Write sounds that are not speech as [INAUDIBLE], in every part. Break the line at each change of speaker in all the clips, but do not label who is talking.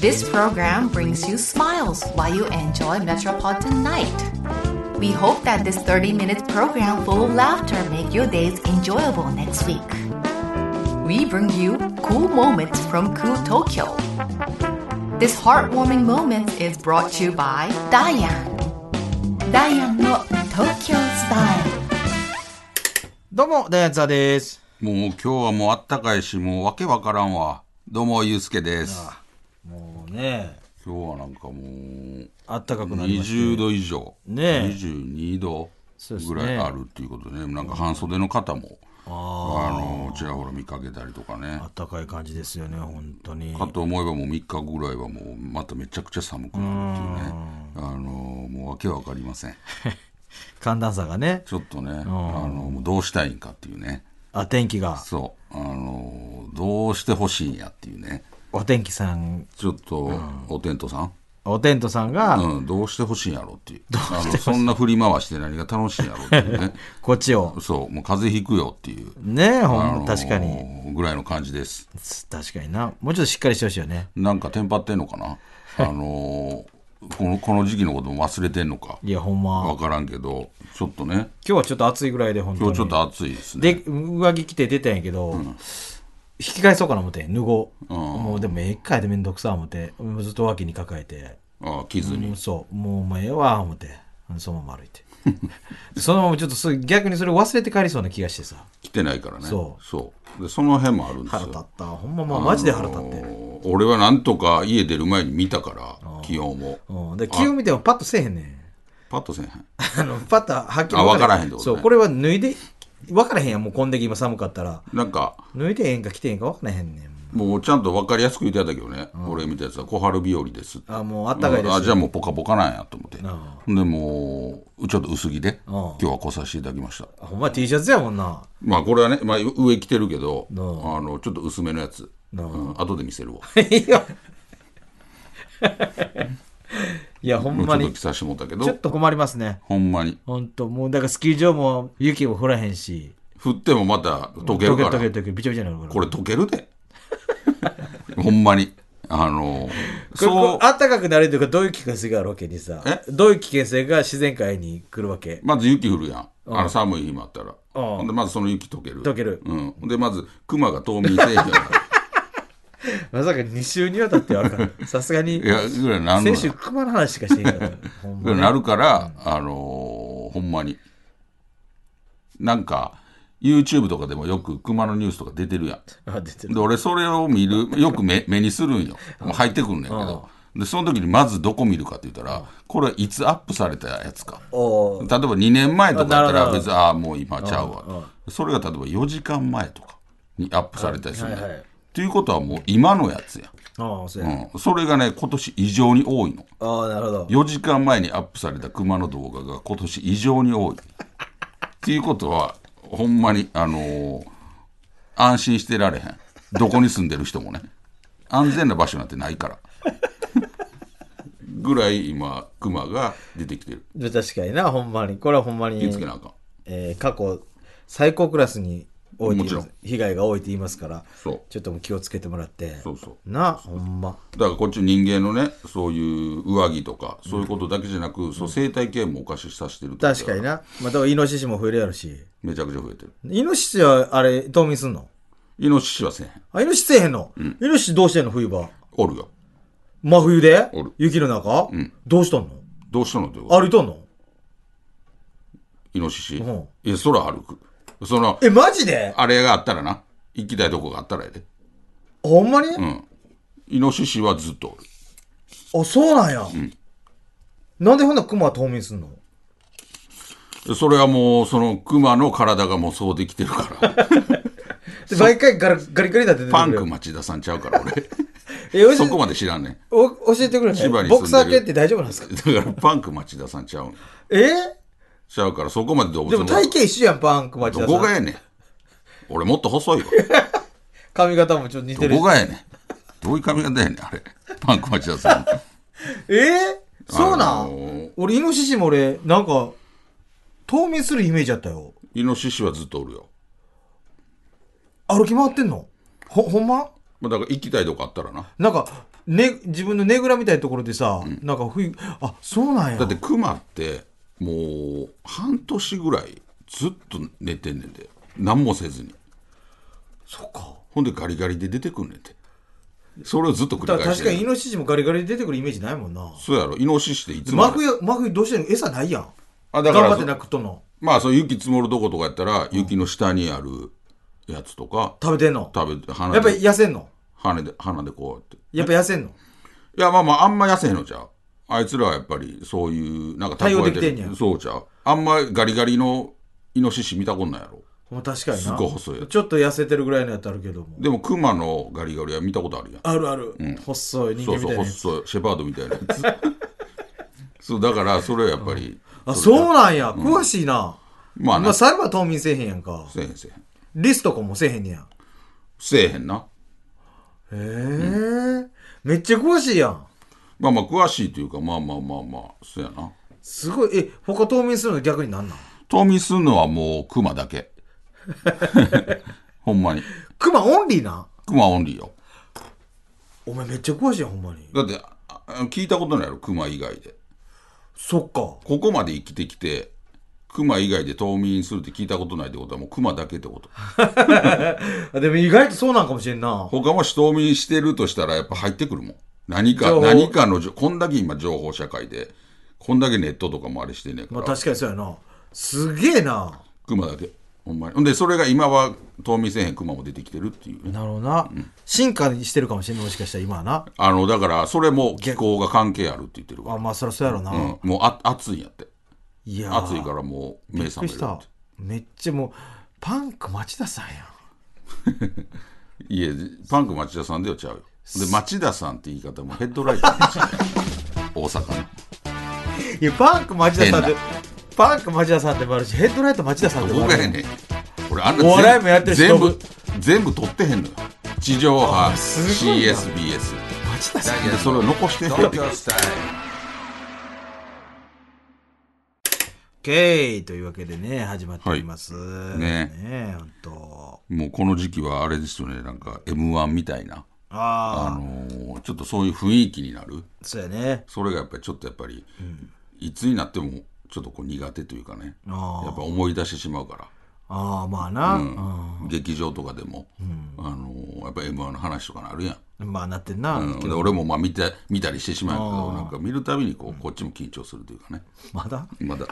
This program brings you smiles while you enjoy Metropolitan Night. We hope that this 30-minute program full of laughter make your days enjoyable next week. We bring you cool moments from cool Tokyo. This heartwarming moment is brought to you by Diane. Diane の Tokyo Style.
どうも、ダイアンツァです。
もう今日はもうあったかいし、もうわけわからんわ。どうも、ゆうすけです。
もうね、
今日はなんかもう、
あったかくなりました。
20度以上、
ねえ
22度
そうですね
ぐらいあるっていうことで、ね、なんか半袖の方も、あの、ちらほら見かけたりとかね
あ。ったかい感じですよね、本当に。
かと思えばもう3日ぐらいはもう、まためちゃくちゃ寒くなるっていうね。あの、もうわけわかりません。
寒暖差がね、
ちょっとね、あの、もうどうしたいんかっていうね。
あ天気が、
そう。あの、どうしてほしいんやっていうね。
お天気さん、
ちょっと、お天道さん
おテントさんが、
うん、どうしてほしいんやろっていう。あのそんな振り回して何が楽しいんやろって
[LAUGHS]
いうね。
こっちを。
そう、もう風邪ひくよっていう。
ねほん、
あのー
確かに。。
ぐらいの感じです。
確かにな。もうちょっとしっかりしてほしいよね。
なんかテンパってんのかなあのーこの、この時期のことも忘れてんのか。
いや、ほんま。
わ
今
からんけど、ちょっとね、
日はちょっと暑いぐらいで、本当
今
に。
日ちょっと暑いですね。
で、上着着て出たんやけど、引き返そうかな思って、脱ごう。もうでも、ええかいでめんどくさ思って、もうずっと脇に抱えて。
あ傷に。
そう、もうお前ええわ、思って、そのまま歩いて。 [LAUGHS] そのままちょっとそれ逆にそれ忘れて帰りそうな気がしてさ。
来てないからね。
そう
そう。で、その辺もあるんです
腹立
よ。
った。ほんま、まあ、マジで腹立って
あ。のー俺はなんとか家出る前に見たから、気温も。
うん、で、気を見てもパッとせえへんねん。 [LAUGHS]
パッとせえへん。
あの、パッとはっきり
あ分からへんってことね
そう、これは脱いで、分からへんやん。もうこんだけ今寒かったら。
なんか、
脱いでええんか着てええんか分からへんねん。
もうちゃんと分かりやすく言ってあったけどね、俺見たやつは小春日和ですって
あ、もうあったかいです。
あじゃあもうポカポカなんやと思って
あ
でもうちょっと薄着で
あ
今日は来させていただきました
あほんま T シャツやもんな。 [LAUGHS]
まあこれはね、まあ、上着てるけどあ
なあ
のちょっと薄めのやつ
なあ
うん、後で見せるわ
い
[LAUGHS]
や。い [LAUGHS] や、ほん
もうち
ま
ょっと
に
着。さしてもらったけ
ちょっ
ど
と困りますね。
ほんまに
本当もうだからスキー場も雪も降らへんし
振ってもまた溶けるか
溶け
ら
る溶けるびちゃびちゃになるから
これ溶けるで [LAUGHS] ほんまにあのそう
あったかくなるというかどういう危険性があるわけにさ
え
どういう危険性が自然界に来るわけ
まず雪降るやんあの寒い日もあったらほんでまずその雪溶ける
溶ける
うん、ほんでまず熊が冬眠せえへんようになる
まさか2週にわたってはあか
[LAUGHS]
んさすがに
いや、ぐらいなるの
先
[LAUGHS]
週
よ
熊の話しかしていいからほん
ぐ
ま
らいなるから、あのーほんまに。なんか、YouTube とかでもよく熊のニュースとか出てるやん。
あ出てる
で、俺それを見る、よく目 [LAUGHS] 目にするんよ。もう入ってくるんねんけど。で、その時にまずどこ見るかって言ったら、これはいつアップされたやつか。
おー
例えば2年前とかだった
あなるほ
ら
ど
別に、ああ、もう今ちゃうわ。それが例えば4時間前とかにアップされたりするねん。
はいはい
ということはもう今のやつや、
ああそうや、
うん。それがね、今年異常に多いの。
ああなるほど
4時間前にアップされた熊の動画が今年異常に多い。っていうことは、ほんまに、あのー安心してられへん。どこに住んでる人もね。安全な場所なんてないから。ぐらい今、熊が出てきてる。
で確かになほんまにこれはほんま
気
に
をつけなあかん。
えー過去最高クラスに多いと言いま
も
す
ちろん
被害が多いと言いますから
そう
ちょっともう気をつけてもらって
そうそう。
なほんま
だからこっち人間のね、そういう上着とか、そういうことだけじゃなく、そう生態系もお貸しさせてるってことだ
確かに。な。まあ、だからイノシシも増えるやろし。
めちゃくちゃ増えてる。
イノシシは、あれ、冬眠すんの
イノシシはせえへん。
あ、イノシシせえへんの、イノシシどうしてんの冬場。
おるよ。
真冬で
おる
雪の中、どうしとんの
どうしたのってこと
歩いとんの
イノシシ。
ん
いや、空歩く。その、
え、マジで
あれがあったらな。行きたいとこがあったらやで。
ほんまに、
うん。イノシシはずっとおる。
あ、そうなんや。なんでほんならクマは冬眠すんの
それはもう、その、熊の体がもうそうできて
[LAUGHS]
るから。
で毎回ガラガリガリだって出てくる。
パンク町田さんちゃうか
[LAUGHS]
ら、俺。
え、教え
そこまで知らんねん。
お教えてくれ
千
ない
葉に住んでる
ボクサー系って大丈夫なんですか
だから、パンク町田さんちゃうん。
え
ちゃうから、そこまで動物
でも
の
体型一緒やん、パンクマチ
ど
ダ
こが
さん。
やねん。俺もっと細いわ。
髪型もちょっと似て
ど
るし
こ。がやねん。どういう髪型やねん、あれ。パンク町田さん。
えー、そうなん、
あのー
俺、イノシシも俺、なんか、冬眠するイメージだったよ。
イノシシはずっとおるよ。
歩き回ってんのほ、ほんま
まあだから、行きたいとこあったらな。
なんか、ね、自分のねぐらみたいなところでさ、なんかふい、あ、そうなんや。
だってクマってもう半年ぐらいずっと寝てんねんで何もせずに
そっか。
ほんでガリガリで出てくんねんてそれをずっと繰
だ
り
から
返し
確
て
か
ん
に
ね
イ
ん
ノシシもガリガリで出てくるイメージないもんな。
そうやろイノシシっていつ
真
も
冬、真冬どうしてんの餌ないやん。
あだ
頑
から
張ってなくとの。
まあそう雪積もるとことかやったら雪の下にあるやつとか
食べてんの。
食べて鼻
やっぱ
で
痩せんの。
鼻で鼻でこうやって
やっぱ痩せんの。
いやまあまああんま痩せへんのちゃうあいつらはやっぱりそういうなんか
対応できて
蓄え
んねや
そうちゃうあんまガリガリのイノシシ見たことないやろ
ほんま確かにな。
すっごい細いやつ
ちょっと痩せてるぐらいのやつあるけども。
でもクマのガリガリは見たことあるやん
あるある。細い人
そ
間
う
み
そ
た
う
いなやつ。
細いシェパードみたいなや
[LAUGHS]
つそうだからそれはやっぱり
あ、そうなんや。詳しいな。
ま
ま
あな
あ、サルは冬眠せえへんやんか。
せえへんせえへん
リスとかもせえへんねや。
せえへんな
へえ、めっちゃ詳しいやん。
まあまあ詳しいというかまあまあまあまあそうやな
すごい。え、他冬眠するの逆になんなん
冬眠するのはもうクマ
[LAUGHS]
だけほんまに
クマオンリーなん
クマオンリーよ
お前めっちゃ詳しいやん、ほんまに。
だってあ聞いたことないやろクマ以外で
そっか。
ここまで生きてきてクマ以外で冬眠するって聞いたことないってことはもうクマだけってこと
あでも意外とそうなんかもしれんな。
他もし冬眠してるとしたらやっぱ入ってくるもん何
情
か
報
何かのじょこんだけ今情報社会でこんだけネットとかもあれしてんねんか
まあ
ら、
確かにそうやな。すげえな。
クマだけほんまにほんでそれが今は冬眠せえへんクマも出てきてるっていうね
なるほどな。進化してるかもしれん、もしかしたら今はな。
あのだからそれも気候が関係あるって言ってるから
あ、まあそりゃそうやろな。
うん、もうあ暑いんやって
いやー
暑いからもう目
びっくり
覚める
し
ったて。
めっちゃもう、パンク町田さんやん。
いえパンク町田さんではちゃうよで町田さんって言い方もヘッドライター
[LAUGHS]
にし大阪の
いや、パンク町田さんって
変、
パンク町田さんってもあるし、ヘッドライト町田さんって
どこ
あ
が
る
やねん俺あんな
お笑いもやってるし
全部全部取ってへんのよ地上波
あすごいな
CSBS
町田さん。
でそれを残してへんのよ
ケイというわけでね、始まっております。
ね
ねえ、ほんと。
もうこの時期はあれですよねなんか m 1みたいな、
あ
あ
あ、
のーちょっとそういう雰囲気になる
そうやね。
それがやっぱりちょっとやっぱり、いつになってもちょっとこう苦手というかねやっ
あ
ぱ思い出してしまうから
あああ、まあな。うん
劇場とかでも、あのーやっぱ m 1の話とかなるやん、
まあなってんな、
うんで俺もまあ見て見たりしてしまうんやけどなんか見るたびにこうこっちも緊張するというかね
まだ [LAUGHS]
まだ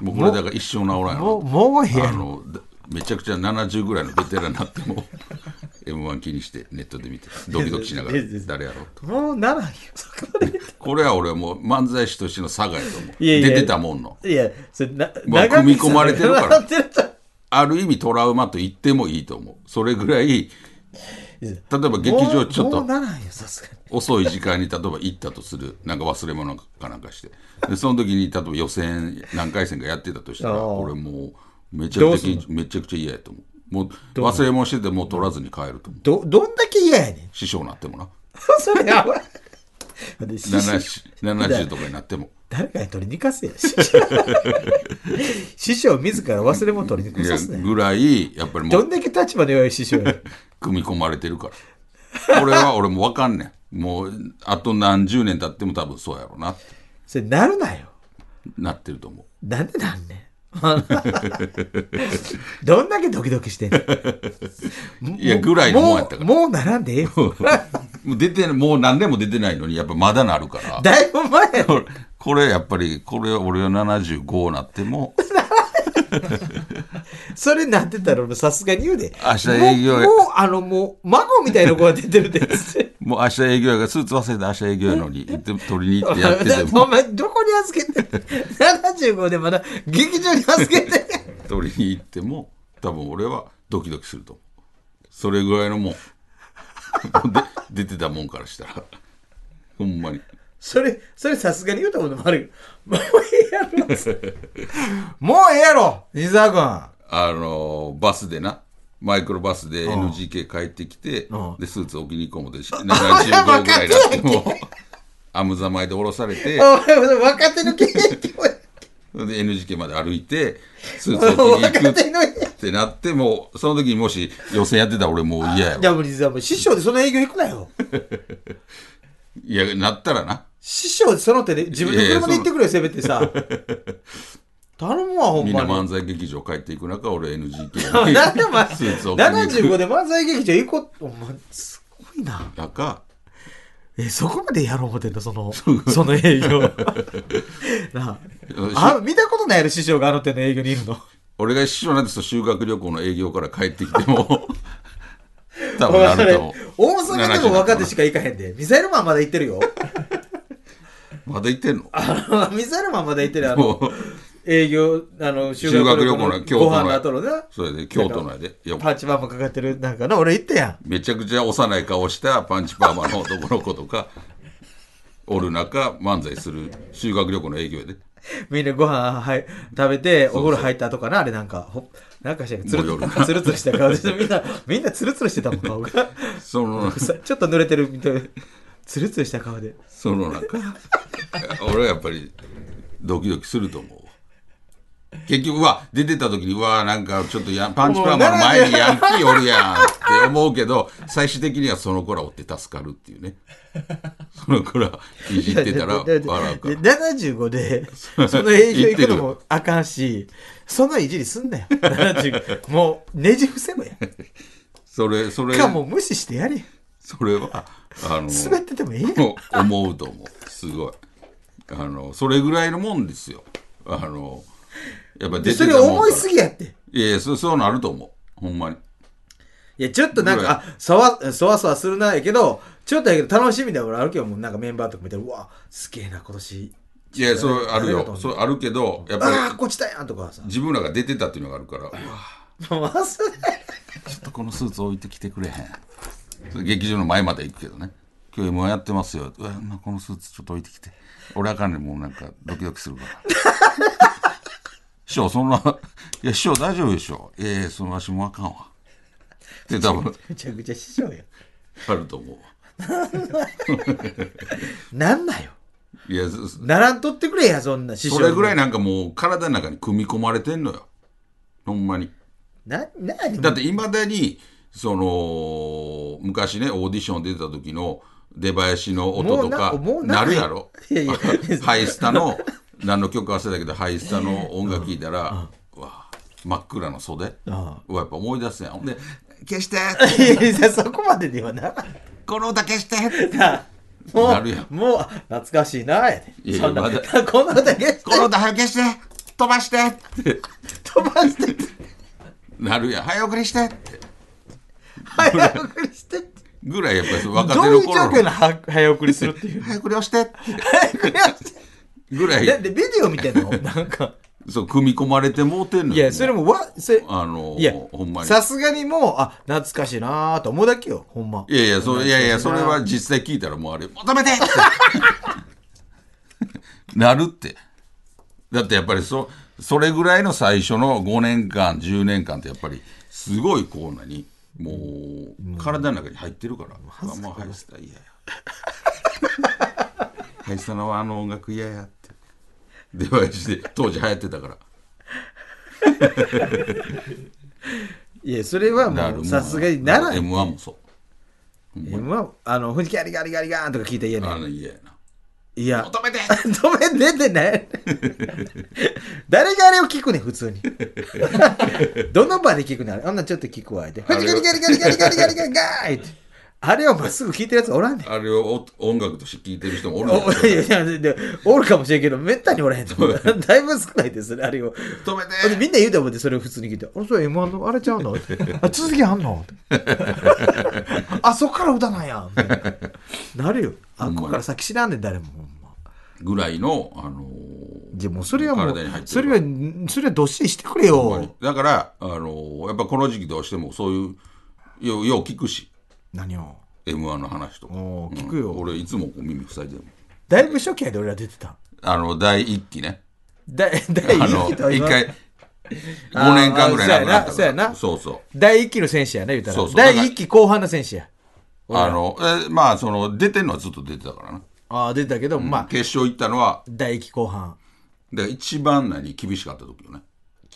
もうこれだから一生治らんや
もう
ろ
もうええや
あ
ろ
のだめちゃくちゃ70ぐらいのベテランになっても [LAUGHS] m 1気にしてネットで見てドキドキしながら誰やろうと
もうならんよそこまで
これは俺はもう漫才師としての差がやと思う
いやいや
出てたもんの
いやそれな
まあ
長引き
組み込まれて
[LAUGHS]
るから
長引きされてるから
ある意味トラウマと言ってもいいと思うそれぐらい例えば劇場ちょっ
もうもう
と
ならんよさすがに
遅い時間に例えば行ったとするなんか忘れ物かなんかしてでその時に例えば予選何回戦かやってたとした
あ
ら
あ
俺もうめちゃくちゃ
どう
緊めちゃくちゃ嫌やと思うもう忘れ物しててもう取らずに帰ると思う
どどんだけ嫌やねん [LAUGHS]
師匠になってもな
それやばい私
70 70とかになっても
誰かに取りに行かせや師匠自ら忘れ物取りに
い
行
や
かせね
ぐらいやっぱりも
どん
う
だけ立場の弱い師匠や
組み込まれてるからこれは俺も分かんねんもうあと何十年経っても多分そうやろうなって
それなるなよ
なってると思う
なんでなんねん [LAUGHS] どんだけドキドキしてん
[LAUGHS]
の
いや、ぐらいのもんやったか
もうもう並んでええよ。
ら。もう出てない、もう何年も出てないのに、やっぱまだなるから。
だいぶ前やろ。
これこれやっぱり、これ俺は75なっても、
それなってたら俺さすがに言うで。
明日営業
もう
や
もうあのもう孫みたいな子が出てるでつって。
もう明日 [LAUGHS] 営業やから、スーツ忘れて明日営業やのに、行って取りに行ってやって
[LAUGHS]
て
お
も、 [LAUGHS]
前どこに預けてんの ?75 でまだ劇場に預けてん
取りに行っても、多分俺はドキドキすると思う。それぐらいのもん。で出てたもんからしたら。ほんまに。
[LAUGHS] それ、それさすがに言うたこともあるよ。もうええやろつってもうええやろ西沢
あのバスでな、マイクロバスで NGK 帰ってきて、
うん
で、スーツ置きに行こうもで、75ぐらいになっても、 [LAUGHS] アムザマイで降ろされて、
君。お前若手の経験
で NGK まで歩いて、スーツ置きに行
若
く
手の
ってなっても、その時にもし予選やってたら俺もう嫌や
じ
ろ。
ゃあもう西沢もう師匠でその営業行くなよ。
いや、なったらな。
師匠その手で自分の車で行ってくれよせめてさ頼むわほん
みん
ま
な
に
漫才劇場帰っていく中、俺 NGK
[LAUGHS]
に。
なんでお前
スーツを着に行
75
く
で漫才劇場行こうお前すごいな
だか、
えそこまでやろう思ってんだそのその営
[LAUGHS]
業なああ見たことないやろ師匠があの手の営業にいるの
俺が師匠なんてそう修学旅行の営業から帰ってきて
[LAUGHS]
も、多
お
分
前
あ
そ
な
れ
たも。
大阪でも若手しか行かへんでミサイルマンまだ行ってるよ
まだ行ってんの
あのミサイルマンまだ行ってるあの
もう
営業あの修学
修学
旅
旅
行
行
の
の京都
ご
の
飯の後のな
それで京都のやで。いや、
パンチマンもかかってるなんかな俺行ったやん
めちゃくちゃ幼い顔したパンチパーマの男の子とか、おる中、漫才する修学旅行の営業やで。
みんなご飯はい食べて、お
う
風呂入った後かなあれなんか、ほなんかしら、つる
もう夜な
つるつるした顔で、みんな、みんなつるつるしてたもん、顔が。
その、
さちょっと濡れてるみたいな。つるつるした顔で。
その中 [LAUGHS] 俺はやっぱりドキドキすると思う結局は出てた時にうわなんかちょっとやパンチパーマの前にヤンキーおるやんって思うけど最終的にはその子らおって助かるっていうねその子らいじってたら笑うから
75で、その営業行くのもあかんし、そのいじりすんなよ。75もう、ねじ伏せろや。
それそれ
か、もう無視してやれ。
それはあの
滑っててもええやん。
もう思うと思うすごいあのそれぐらいのもんですよあのやっぱ出
で
てた
そ
もん
れ
から
思いすぎやって。
いやいやそそうなると思うほんまに
いや、ちょっとなん
ぐらい
か、あ、そわ、そわそわするなやけど、ちょっとやけど楽しみだよ。俺あるけど、もうなんかメンバーとか見て、うわ、すげえな、今年。
いや、そうある
ありがとう
よ。
ね
そうあるけど、やっぱ
ああ、
り
こっちだやんとかさ。
自分らが出てたっていうのがあるから、うわ
もう忘れ
ちょっとこのスーツ置いてきてくれへん。それ劇場の前まで行くけどね。今日 M1 やってますよ。うわ、まあ、このスーツちょっと置いてきて。俺あかんねんもうなんかドキドキするから。師匠、そんな、いや、師匠大丈夫でしょ。いやいや、そのわしもあかんわ。って多分、
めちゃくちゃ師匠や。
あると思うわ。
なんなよ。
いや、そそ
ならんとってくれや、そんな師匠。
れぐらい
な。
なんかもう体の中に組み込まれてんのよ。ほんまに。
な、なに
だっていまだにその昔ねオーディション出た時の出囃子の音とか
もうなもうな
なるやろ
いやいや
ハイスタの何の曲忘れたけどハイスタの音楽聴いたら、うわ真っ暗の袖
ん
はやっぱ思い出すやんほんで「消して
いやいや、そこまでではな。
この歌消して
なもう、
なるやん
もう、あ懐かしいな、やで。
いやいや
そんな、
まだ
この歌ゲス
この歌早く消して飛ばして」って
ト飛ばして、
なるやん早送りしてって
早送りしてって。
ぐらいやっぱりそう
ど
若
う
手
い
の
う状
頃
況の
の
は早送りするって
[LAUGHS]
いう。
早送り押してって
早送りはして。
ぐら
だっ
い
てビデオ見てんのなんか。
そう組み込まれてもうてんのよ
いや、それもわ、それ、
あの
いや、
ほんまに。
さすがにもう、あ、懐かしいなーと思うだけよ、ほんま。
いやいや、そういやいや、そ
懐
れ
かし
は実際聞いたらもうあれ、求めて [LAUGHS] ってなるって。だってやっぱりそ、それぐらいの最初の5年間、10年間ってやっぱり、すごいこうなに、もう、体の中に入ってるから。あもう入ってた、嫌や。 [LAUGHS] 入ってたのはあの音楽嫌やって。ではして、当時流行ってたから。
いや、それは
な
も
るも
う、
ん
さすがにならん。
M1 もそう。
M1、あの、藤木ありがありがありがーんとか聞いたら嫌
あ
ね。
の嫌やな。
いや、
求めて
止めててね。誰があれを聞くねん、普通に。どの場で聞くねん、あれ。あんなんちょっと聞くわ、言うて。藤木ありがありがありがありがありがりがーって。あれをまっすぐ聞いてるやつおらんねん。
あれをお音楽として聴いてる人もおるやん
おいやいやでおるかもしれんけど、めったにおらへんと思う。だいぶ少ないです、あれを。
止
ほ
め
んで
て
みんな言うと思ってそれを普通に聞いて「あそれ M−1 のあれちゃうの?」あ続きあんの?」あそっから歌なんや」みたいななるよあここから先知らんねん誰もほんま
ぐらいの、あの
じゃもうそれはもう
体に入ってる
それはそれはどっしりしてくれよ
ーだから、あのーやっぱこの時期どうしてもそういう、ようよう聞くし、
何を
M1 の話とか。
おー聞くよ
うん俺いつもこう耳塞いでるもん
だいぶ初期やで俺ら出てた
あの、第1期ね。
第第
あの、
1期とは
一
言わん
回、5年間ぐらい亡くなったから。
そうやな
そうそ
第1期の選手やね言うたら
そうそう
第1期後半の選手や
う。あの、えまあ、その、出てんのはずっと出てたからな。
ああ出てたけど、まあ
決勝行ったのは、
第1期後半
だから一番何、厳しかった時よね。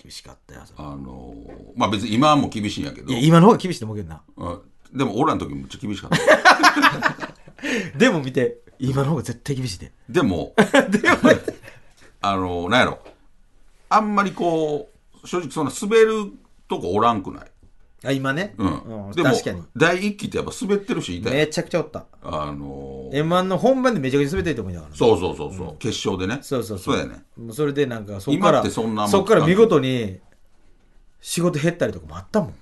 厳しかったよそれ
あのーまあ別に今はもう厳しいんやけど、
いや今の方が厳しいと思うけどな
うんでも俺らの時めっちゃ厳しかった。
でも見て今の方が絶対厳しい [LAUGHS] で。
でもあのなんやろあんまりこう正直そんな滑るとこおらんくない、
あ、今ね。
うんでも
確かに。
第一期ってやっぱ滑ってるし痛い、
めちゃくちゃおった。
あの
M1 の本番でめちゃくちゃ滑ってると思いながら。
そうそうそうそう、決勝でね
そうそうそう。
やね
もうそれでなんか、そっから、
今ってそんなもん
っから見事に、仕事減ったりとかもあったもん。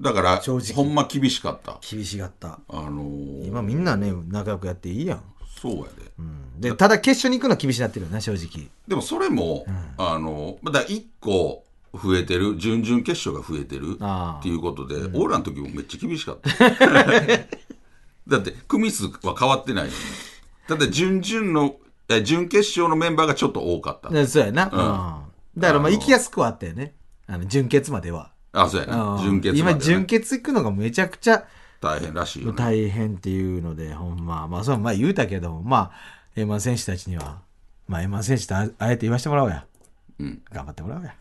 だから
正直
ほんま厳しかった
厳しがった。
あのー
今みんなね、仲良くやっていいやん。
そうやで、
うんで、ただ決勝に行くのは厳しいなってるよな、正直。
でもそれも、あのまだ1個増えてる準々決勝が増えてる
あー
っていうことで、俺らの時もめっちゃ厳し
[LAUGHS]
かっただって組数は変わってないのにただ準々のえ準決勝のメンバーがちょっと多かった、
ねそうやな。うん。だからまあ、行きやすくはあったよね。あの、純潔までは。
あそうやな、
うん
準決まで、ね、
今、純潔行くのがめちゃくちゃ
大変らしいよね
大変っていうので、ほんま、まあ、それは前言うたけど、まあ、M1 選手たちには、まあ、M1 選手とああえて言わせてもらおうや。
うん
頑張ってもらおうや。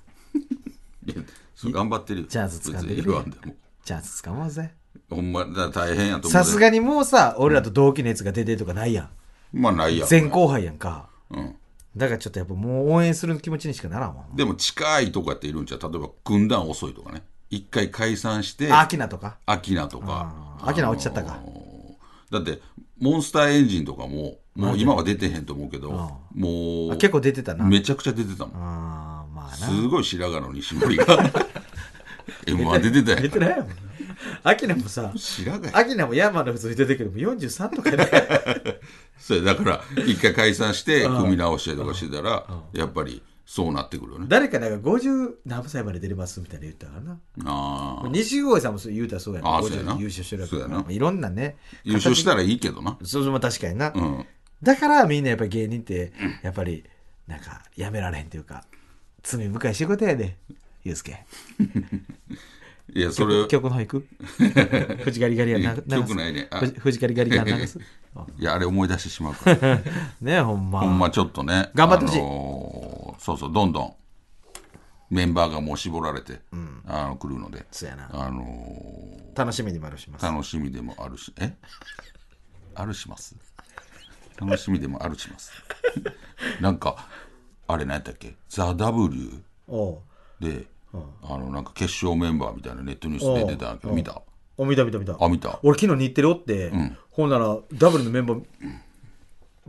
いやそう頑張ってるよ
チャンス掴んでる
別に言わんでも
チャンス掴もうぜ。
ほんまだから大変やと思うで
さすがにもうさ、俺らと同期のやつが出てるとかないやん。
まあないやろ
全後輩やんか。
うん
だからちょっとやっぱもう応援する気持ちにしかならんわ。
でも近いとこやっているんちゃう例えば軍団遅いとかね一回解散して
あ、アキナとか。
アキナとか
あーアキナ落ちちゃったか
あのーだってモンスターエンジンとかももう今は出てへんと思うけどもう
あ結構出てたな。
めちゃくちゃ出てたもん
あーまあな。
すごい白髪の
[LAUGHS]
西森が m 1出てた
出
よ
てないやもん。アキナもさ、
白髪や
アキナも山の普通に出てくるけど、もう43とか
[LAUGHS]
で。
それだから一回解散して組み直したりとかしてたらやっぱりそうなってくるよね
誰かなんか50何歳まで出れますみたいな言ったからな。
あー
西郷さんもそう言うたらそうやな。
あーそうやな
50優勝してるわけだから
そうやな
まあいろんなね。
優勝した
ら。
らいいけどな
そうそうまあ確かにな。
うん
だからみんなやっぱり芸人って、やっぱり、なんか、やめられへんというか、罪深い仕事やで、ゆうすけ。
いやそれ
曲曲の方行
[LAUGHS]
く藤ガリガリやな。
いや曲ないねあ
藤藤ガリガリが
[LAUGHS]
流す。あ
いやあれ思い出してしまうから
ねえ、ほんま。
ほんまちょっとね。
頑張ってほしい
あのーそうそう、どんどんメンバーがもう絞られて、あの来るので、
そうやな。
あの
楽しみにもあるしま
ー
す。
楽しみでもあるし、えあるします楽しみでもあるします。なんか、あれ何やったっけザ・ W
おう
で、あの、なんか決勝メンバーみたいなネットニュースで出てたんやけど、見た
お、見た見た見た。
あ見た
俺昨日日テレおって、ほんなら、ダブルのメンバー、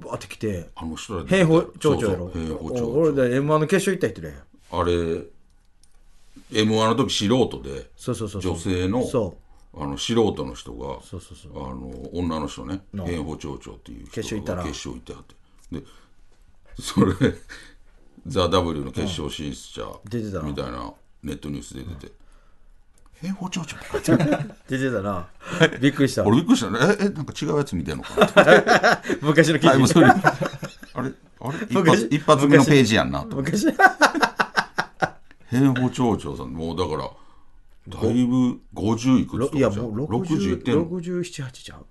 バーって来て、
あの人らで
平方町長やろ。
そうそう平方
お
町
俺
長。
だ M1 の決勝行った人だよ。
あれ、M1 の時素人で、
そうそうそうそう。
女性の
そう。
あの素人の人が
そうそうそ
あの女の人ね平保町長っていう人が
決勝行ったら
決勝行ってはってでそれ [LAUGHS] 「ザ・ w の決勝進出者
出てたな
みたいなネットニュースで出てて「平保町長」
出てたな。びっくりした。
俺びっくりしたねええなんか違うやつ見てん
[LAUGHS]
のかなって
昔の記
タイム
事
ス。リーあれあれ一
[LAUGHS] 昔
発一発目のページやんなと思って
昔
平保町長さんもうだからだいぶ50いくつとか
い
じゃ
や
ん
もう
60いってんの
67、8ちゃう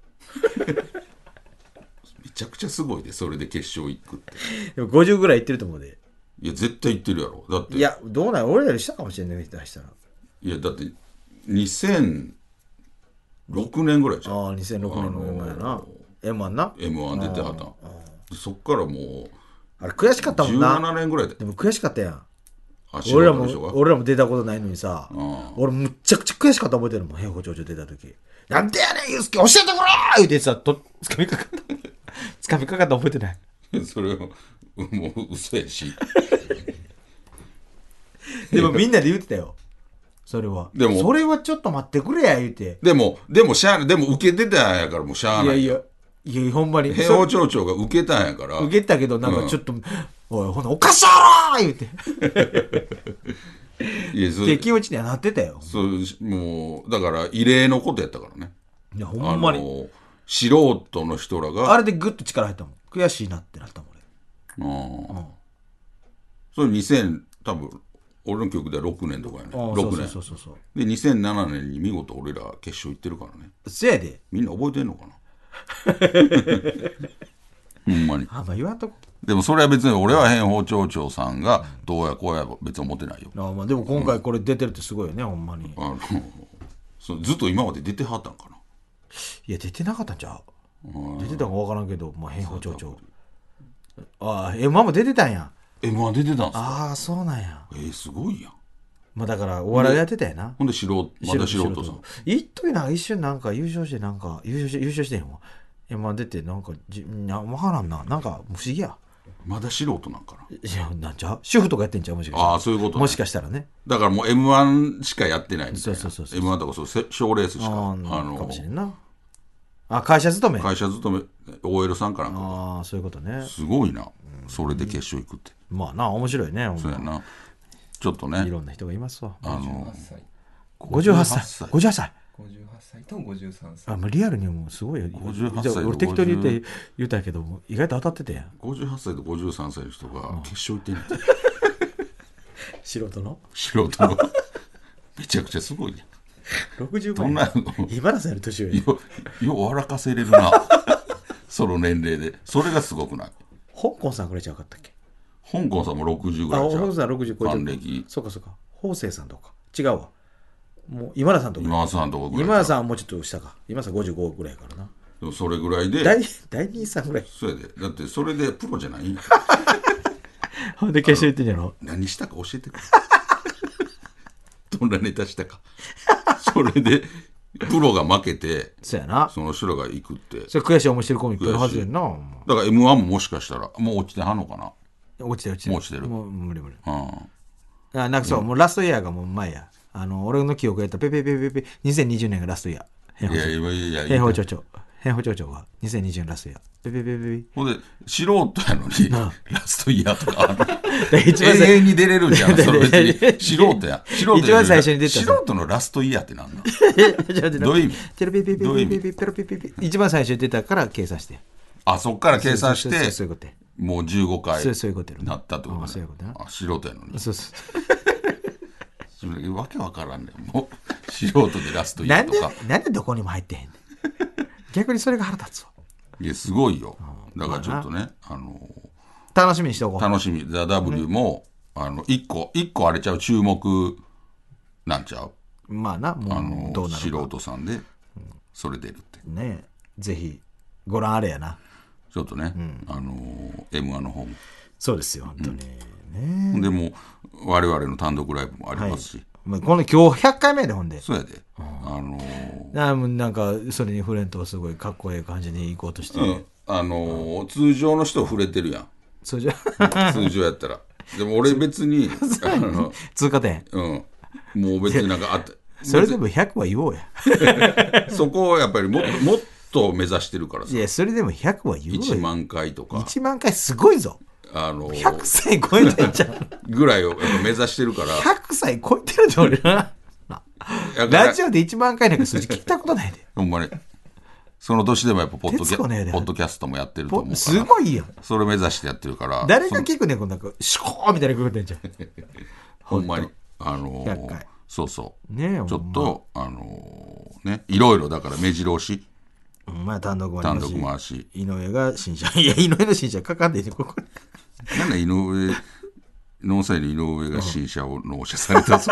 めちゃくちゃすごいでそれで決勝行くって
でも50ぐらいいってると思うで。
いや絶対行ってるやろだって
いや、どうなん俺らよりしたかもしれない、出したら。
いやだって2006年ぐらいじゃん
ああ、2006年の前やな。M1 な。
m 1出てはったんそっからも
あれ悔しかっ
う
たもんな。
17年ぐらいで
でも悔しかったやん。
あ
俺ら
素人の人
も、
が
俺らも出たことないのにさ、俺むっちゃくちゃ悔しかった覚えてるもん、平子町長出た時。なんでやねん、ゆうすけ、教えてくれー言うてさ、と、つかみかかった。つかみかかった覚えてない。
[LAUGHS] それはもう嘘やし
でもみんなで言ってたよ。それは。
でも
それはちょっと待ってくれや、言うて。
でもでもしゃあないでも受けてたんやからもうしゃあ
い
な
や
い
いや、いや、ほんまに。
平尾町長が受けたんやから
受けたけど、なんかちょっと、おい、ほな、おかしいやろー言うて。っ
いやそ
て気持ちにはなってたよ。
そうしもうだから異例のことやったからね
いや、ほ
あ
んまに。
の素人の人らが
あれでぐっと力入ったもん。悔しいなってなったもん、俺。
うんそれ2000多分俺の記憶では6年とかやね
ああ
6年
そうそうそうそうそう。
で2007年に見事俺ら決勝行ってるからね
せやで。
みんな覚えてんの
[LAUGHS]
かなほんまに
あんま言わんとこ。
でもそれは別に俺は変法町長さんがどうやこうや別に思ってないよ
あまあでも今回これ出てるってすごいよね、ほんまに。
あのそうずっと今まで出てはったんかない
や、出てなかったんちゃう出てたんか分からんけど、まあ、変法町長ああ m 1も出てたんや
M1 出てたんですか
ああそうなんや
えー、すごいやん
まあだからお笑いやってたやな
ほんで素人まだ素人さん
一時なんか一瞬なんか優勝してなんか優勝して優勝してへんわ m 1出てなんかじな分からんななんか不思議や
まだ素人なんかない
やなんちゃう主婦とかやってんちゃうもしかしたら
ああそういうこと、ね、
もしかしたらね
だからもう m 1しかやってないみた
そ
いな
うそうそうそう
m 1とかそうせ賞レースしかあ
ああのか
の
もしれんなあ会社勤めあ
会社勤め OL さんかなんか
あそういうことね
すごいなそれで決勝行くって
まあな面白いねほんま
そうやなちょっと
い
ね
ろんな人がいますわ
あの
58歳
58歳58歳
58歳と53歳
あ、まあ、リアルにもうすごいよ
58歳
じゃあ俺適当に言って言ったけども意外と当たってたやん
58歳と53歳の人が決勝行ってんねん
素人の
素人の [LAUGHS] めちゃくちゃすごいね
60
ど
万
んな
や茨城より年上や
よよう笑かせれる
[LAUGHS]
なその年齢でそれがすごくない
香港さんくらいちゃうかったっけ
香港さんも60ぐ
あ、
ら
香
いじゃ
港
ん
さん60超えて
還暦
そうかそうか法政さんとか違うわもう今田さんとか
今田さんとかぐらい
今田さ
ん
んはもうちょっと下か今田さん55ぐらいやからな
でもそれぐらいで
第第2位さんぐらい
そうやでだってそれでプロじゃない
[LAUGHS] ほんで決勝行ってんじゃろ
何したか教えてくれ [LAUGHS] どんなネタしたかそれでプロが負けて
そうやな
その人らが行くって
それ悔しい思いしてる子もいっぱいいるはずやんなお前
だから m 1ももしかしたらもう落ちてはんのかな
落ちてる落ちてる
もう落ちてる
もう無理無理
うん
あなんかそう、もうラストイヤーがもう前やあの俺の記憶やったらペペペペペペ2020年がラストイヤー
いやいやいやい
変
や
法町長変法町長は2020年ラストイヤーペペペペペ
ほんで素人やのにラストイヤーとかある
で [LAUGHS] 一番
永
最
遠に出れるんじゃん。それ別
いやいや
に素人や。素人や
一番最初に出た
素人のラストイヤーってなんなんどういう意味
ペロピピピ
どういう意
ピ
味
ピピロピピピ一番最初に出たから計算して
あ、そっから計算し
そうそうそうそういう
て、
ことや
もう15回
そうそういうことやろ
なったってこと
あ
ね
そういうことやな
あ、素人やのに。
そうそう
それわけわからんねん。もう、 [LAUGHS] 素人でラストイヤ
なん
ーと
で
か。
なんでどこにも入ってへんねん逆にそれが腹立つわ
いや、すごいよ。だからちょっとね、あの
楽しみにしておこ
ー、
う
楽しみ。ザ・ W も、あの、1個、一個あれちゃう、注目なんちゃう。
まあな
あ
も
の
うど
ー、
うなるか
素人さんで、それ出るって。
ねぜひご覧あれやな
ちょっとね、あのー、M1 の方も。
そうですよ本当に
でもう我々の単独ライブもありますし、
まあこの今日100回目でほんで
そうやで、あのー
なもうなんかそれに触れんとすごいかっこいい感じに行こうとして、
あのー通常の人触れてるやん
それ
[LAUGHS]
じゃ
通常やったらでも俺別
[LAUGHS]
にあの、
通過点
うん、もう別になんかあって
それでも100は言おうや
そこをやっぱりもっともっと目指してるからさ
いやそれでも100は言おう
1
よ
万回とか、
1万回すごいぞ
あのー
100歳超えてんじゃん
ぐらいをやっぱ目指してるから
100歳超えてるで
[LAUGHS]
俺らな
だから
ラジオで1万回なんか数字聞いたことない
[LAUGHS]
で
ほんまにその年でもやっぱポッドキ
徹子のやで
ャポッドキャストもやってると
ぽ
思うか
す
ら
ごいよ
それ目指してやってるから
誰
そ
が
の
聞くねんこんなんかシュコーみたいな声出んじゃん
ほんまに。あのー
100回
そうそう。
ねえ
ちょっと、あのーね、いろいろだから目白押し、
お前お前単独もあ
単
ります
独
し
回し。
井上が新車いや井上の新車かかんでいいねここ
なんで井上、農歳の井上が新車を納車され
[LAUGHS]
たぞ。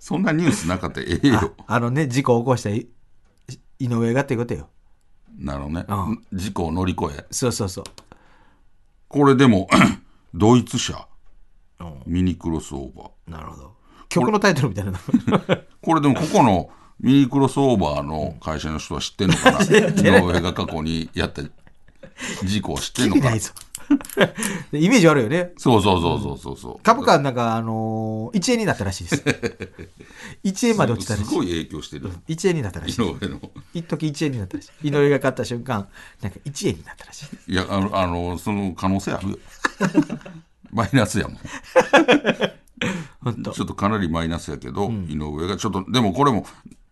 そんなニュースなかったらええよ。
あのね事故を起こしたい井上がってことよ
なるほどね
あ。
事故を乗り越え。
そうそうそう
これでも、 [CLEARS THROAT] ドイツ車
うん、
ミニクロスオーバー。
なるほど曲のタイトルみたいな
これでもここのミニクロスオーバーの会社の人は知ってんのかな井上が過去にやった事故を知ってん
意
の
味 [LAUGHS]
か
な
ない
ぞイメージあるよね
そうそうそうそうそうそう。
株価なんかあのー、1円になったらしいです [LAUGHS] 1円まで落ちたらし
す
い
ごい影響してる。
1円になったらし
井
い
上の。
一時1円になったらしい井上が買った瞬間なんか1円になったらしい
いや、あの、あのその可能性あるよ。マイナスやもん。
本当
ちょっとかなりマイナスやけど、井上が、ちょっと、でもこれも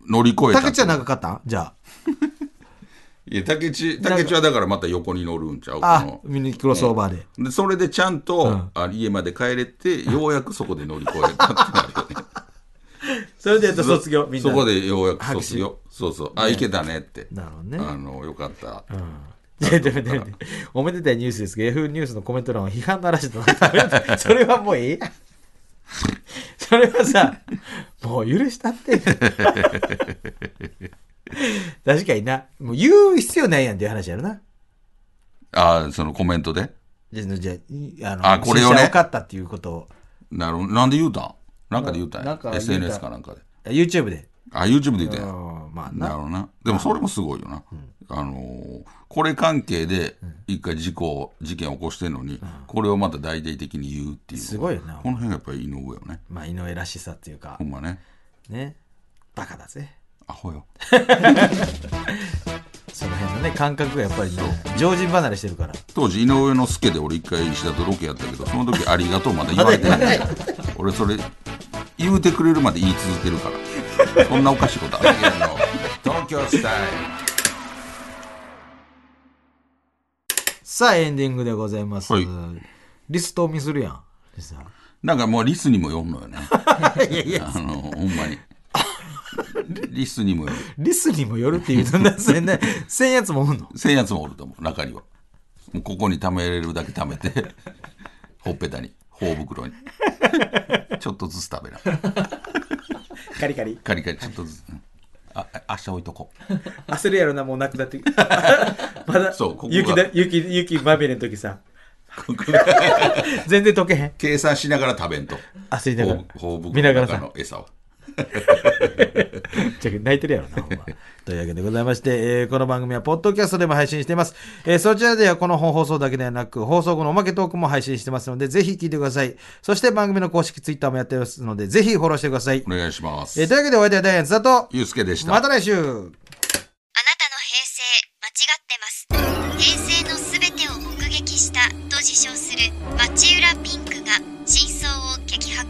乗り越えた。
竹ちゃん長かったじゃ
いや、竹内、竹内はだからまた横に乗るんちゃう
あ
こ
あ
の
ミニクロスオーバーで、
で、それでちゃんと、あ家まで帰れて、ようやくそこで乗り越えたってなるよね。
それでやっと卒業みんな
そこでようやく卒業。そうそう。あ、いけたねって。
なるほどね
あの、よかった。
いやで
[LAUGHS]
もねおめでたいニュースですけど Yahoo ニュースのコメント欄は批判の嵐となったそれはもうい [LAUGHS] い [LAUGHS] それはさもう許したって確かにな。もう言う必要ないやんっていう話やろな。
ああ、そのコメントで。
じゃあ、じゃあ、の、
あこれをね
新車を買ったっていうことを、
なるなんで言うたんなんかで言うたん
な
や
んか言うた
SNS かなんかで。
YouTube で。
あ、YouTube で言うたん
う
や。
んまあ
な
な。
るほどな。でもそれもすごいよな。あのーこれ関係で一回事故、事件起こしてんのに、これをまた大々的に言うっていう。
すごいよな
この辺がやっぱり井上よね。
まあ、井上らしさっていうか
ほ、んまね。
ね。バカだぜ。
アホよ。
その辺のね、感覚がやっぱりね、常人離れしてるから。
当時井上の助で俺一回石田とロケやったけど、その時ありがとうまだ言われてない。俺それ、言うてくれるまで言い続けるから。そんなおかしいことありえんの。東京スタイ
さあ、エンディングでございます。
はい
リストを見するやん。リスさん
ル。なんかもうリスにも読んのよ [LAUGHS] ね。
いやいや、
あの、ほんまに。リスにもよる。
リスにもよるっていうと、なせん
[LAUGHS]
ね、せんやつもおんの。
せんやつもおると思う、中には。もうここに貯めれるだけ貯
[LAUGHS]
めて、ほっぺたに、頬袋に。ちょっとずつ食べな。
カリカリ。
カリカリ、ちょっとずつ。うんあ、あ明日置いとこう。
焦るやろな、もうなくな
[LAUGHS]
って。まだ
そうここが
雪だ、雪、雪まみれの時さ。 [LAUGHS] 全然溶けへん。
計算しながら食べんと。
焦りながら
ほう頬
見な
袋の
がら
中
さ
の。餌を。
[LAUGHS] じゃあ泣いてるやろな、ほんま。というわけでございまして、えーこの番組はポッドキャストでも配信しています。えーそちらではこの本放送だけではなく、放送後のおまけトークも配信してますので、ぜひ聞いてください。そして番組の公式ツイッターもやってますので、ぜひフォローしてください
お。願いします
えー。というわけでお相手はダイアン津田と、
ゆうすけでした。
また来週
あなたの平成間違ってます平成のすべてを目撃したと自称する町浦ピンクが真相を激白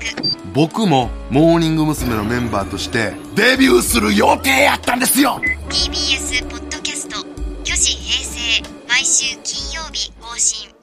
僕もモーニング娘。のメンバーとしてデビューする予定やったんですよ
TBS ポッドキャスト「巨子平成」毎週金曜日更新